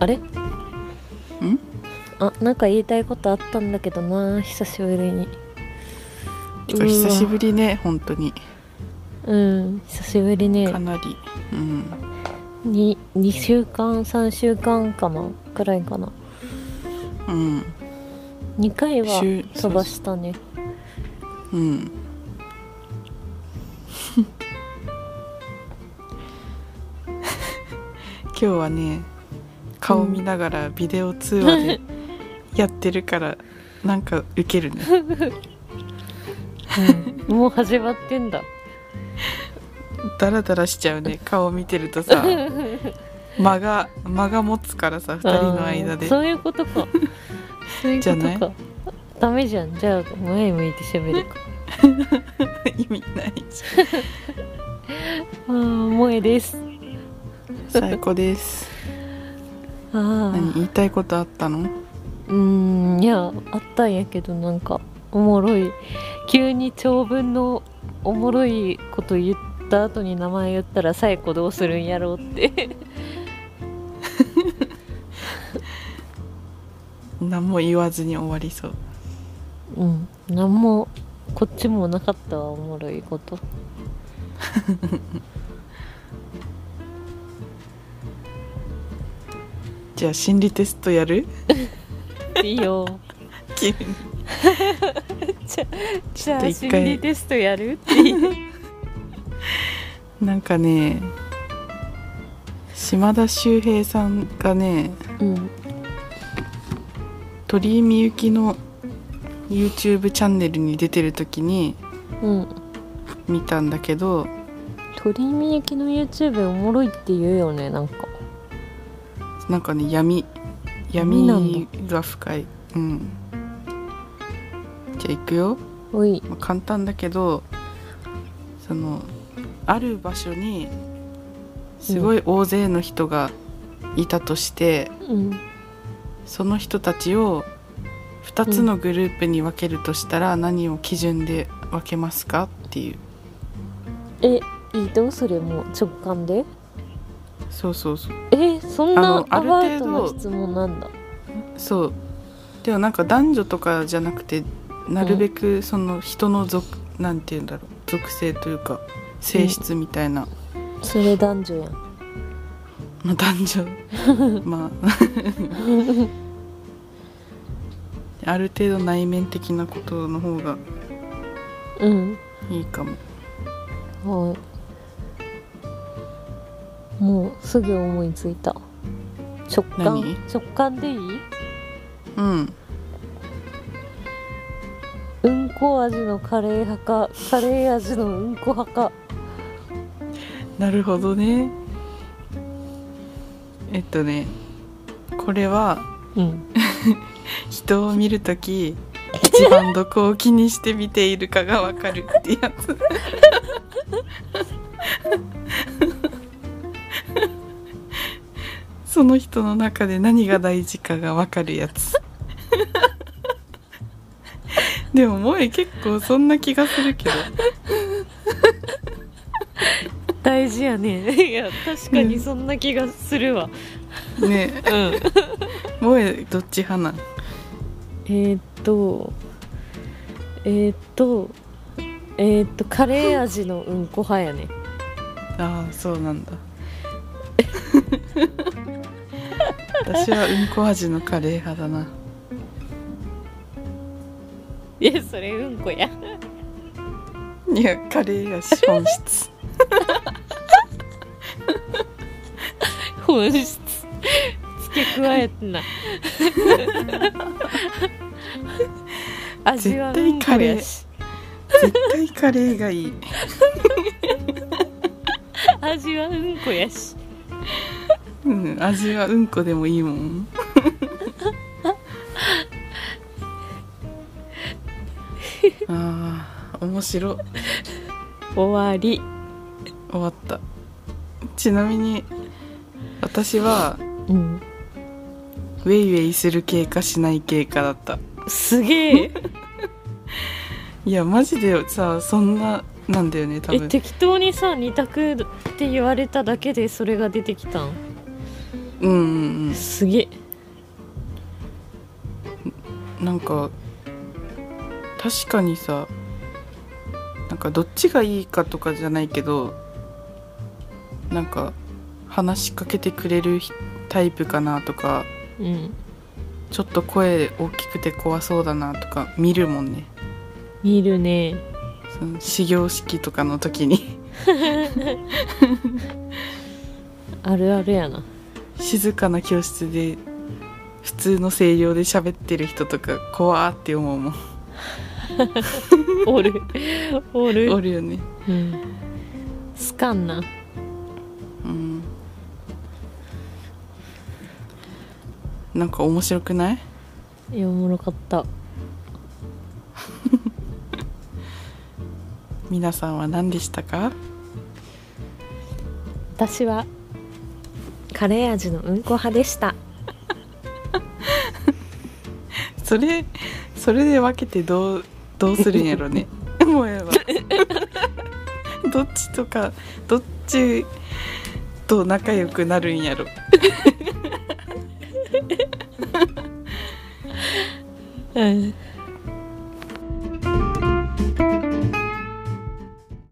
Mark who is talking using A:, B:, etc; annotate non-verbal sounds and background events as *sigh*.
A: あれ
B: ん
A: あなんか言いたいことあったんだけどな久しぶりに
B: てか久しぶ
A: り
B: りね本当に
A: うん久しぶりね
B: かなりうん
A: に2週間3週間かなくらいかな
B: うん
A: 2回は
B: 週
A: 飛ばしたね
B: うん *laughs* 今日はね顔見ながらビデオ通話でやってるからなんかウケるね
A: もう始まってんだ
B: ダラダラしちゃうね顔見てるとさ間が間が持つからさ2人の間
A: あー
B: で
A: そういうことかそういう
B: じゃ
A: こ
B: ない
A: とかダメじゃんじゃあ前向いて喋るか
B: *laughs* 意味ないし
A: あー萌えです
B: 最高です
A: あ
B: 何
A: あ
B: 言いたいことあったの
A: うーんいやあったんやけどなんかおもろい急に長文のおもろいこと言った後に名前言ったら「最後どうするんやろ」うって
B: 何も言わずに終わりそう
A: うん何もこっちもなかったわおもろいこと
B: じゃあ心理テストやる *laughs*
A: いいよ
B: 急に
A: *laughs* じゃ
B: ちょ
A: あ
B: っと一
A: 心
B: 回
A: 理テストやる
B: なんかね島田秀平さんがね
A: うん
B: 鳥居みゆきの YouTube チャンネルに出てる時に
A: うん
B: 見たんだけど
A: 鳥見ゆきの YouTube おもろいって言うよねなんか
B: なんかね闇
A: 闇なんだ
B: 闇が深いうんじゃあいくよ、
A: おい
B: まあ簡単だけどそのある場所にすごい大勢の人がいたとして、
A: うん
B: その人たちを2つのグループに分けるとしたら何を基準で分けますかっていう
A: え移動それもう直感で
B: そうそうそう
A: えそんな
B: あ
A: ア
B: のあ
A: バ
B: る
A: ウ
B: 程
A: ト
B: 度
A: な質問なんだ
B: そうでもなんか男女とかじゃなくてなるべくその人の属、なんて言うんだろう属性というか性質みたいな、
A: それ男女やん
B: まあ男女ま *laughs* あある程度内面的なことの方が
A: うん
B: いいかも
A: はいもうすぐ思いついた直感
B: 何
A: 直感でいい
B: うん
A: うんこ味のカレー派かカレー味のうんこ派か
B: なるほどねえっとねこれは
A: うん
B: 人を見るとき一番どこを気にして見ているかがわかるってやつ *laughs* その人の中で何が大事かがわかるやつでも萌え結構そんな気がするけど
A: 大事やね *laughs* いや確かにそんな気がするわ
B: ね
A: *laughs* うん
B: 萌えどっち派なん
A: えーっとえーっとえーっとカレー味のうんこ派やね
B: ああそうなんだ *laughs* 私はうんこ味のカレー派だない
A: やそれうんこや
B: いやカレーが資本質
A: 本質付け加えてな *laughs* 味はうんこやし
B: 絶対カレーがいい
A: 味はうんこやし
B: うん味はうんこでもいいもんああ面白
A: 終わり
B: 終わったちなみに私は
A: うん
B: ウェイウェイする系かしない系かだった
A: すげえ
B: いやマジでさそんななんだよね多
A: え
B: 分
A: 適当にさ二択って言われただけでそれが出てきたん
B: うんうん
A: すげえ
B: うんなんか確かにさなんかどっちがいいかとかじゃないけどなんか話しかけてくれるひタイプかなとか
A: うん
B: ちょっと声大きくて怖そうだなとか見るもんね
A: 見るね
B: その始業式とかの時に *laughs*
A: あるあるやな
B: 静かな教室で普通の声量で喋ってる人とか怖ーって思うもん
A: おるおる
B: おるよね
A: うん好かんな
B: うんなんか面白くない
A: いやおもろかった
B: 皆さんは何でしたか
A: 私はカレー味のうんこ派でした
B: それそれで分けてどうどうするんやろね *laughs* もうやば *laughs* どっちとかどっちと仲良くなるんやろ
A: うん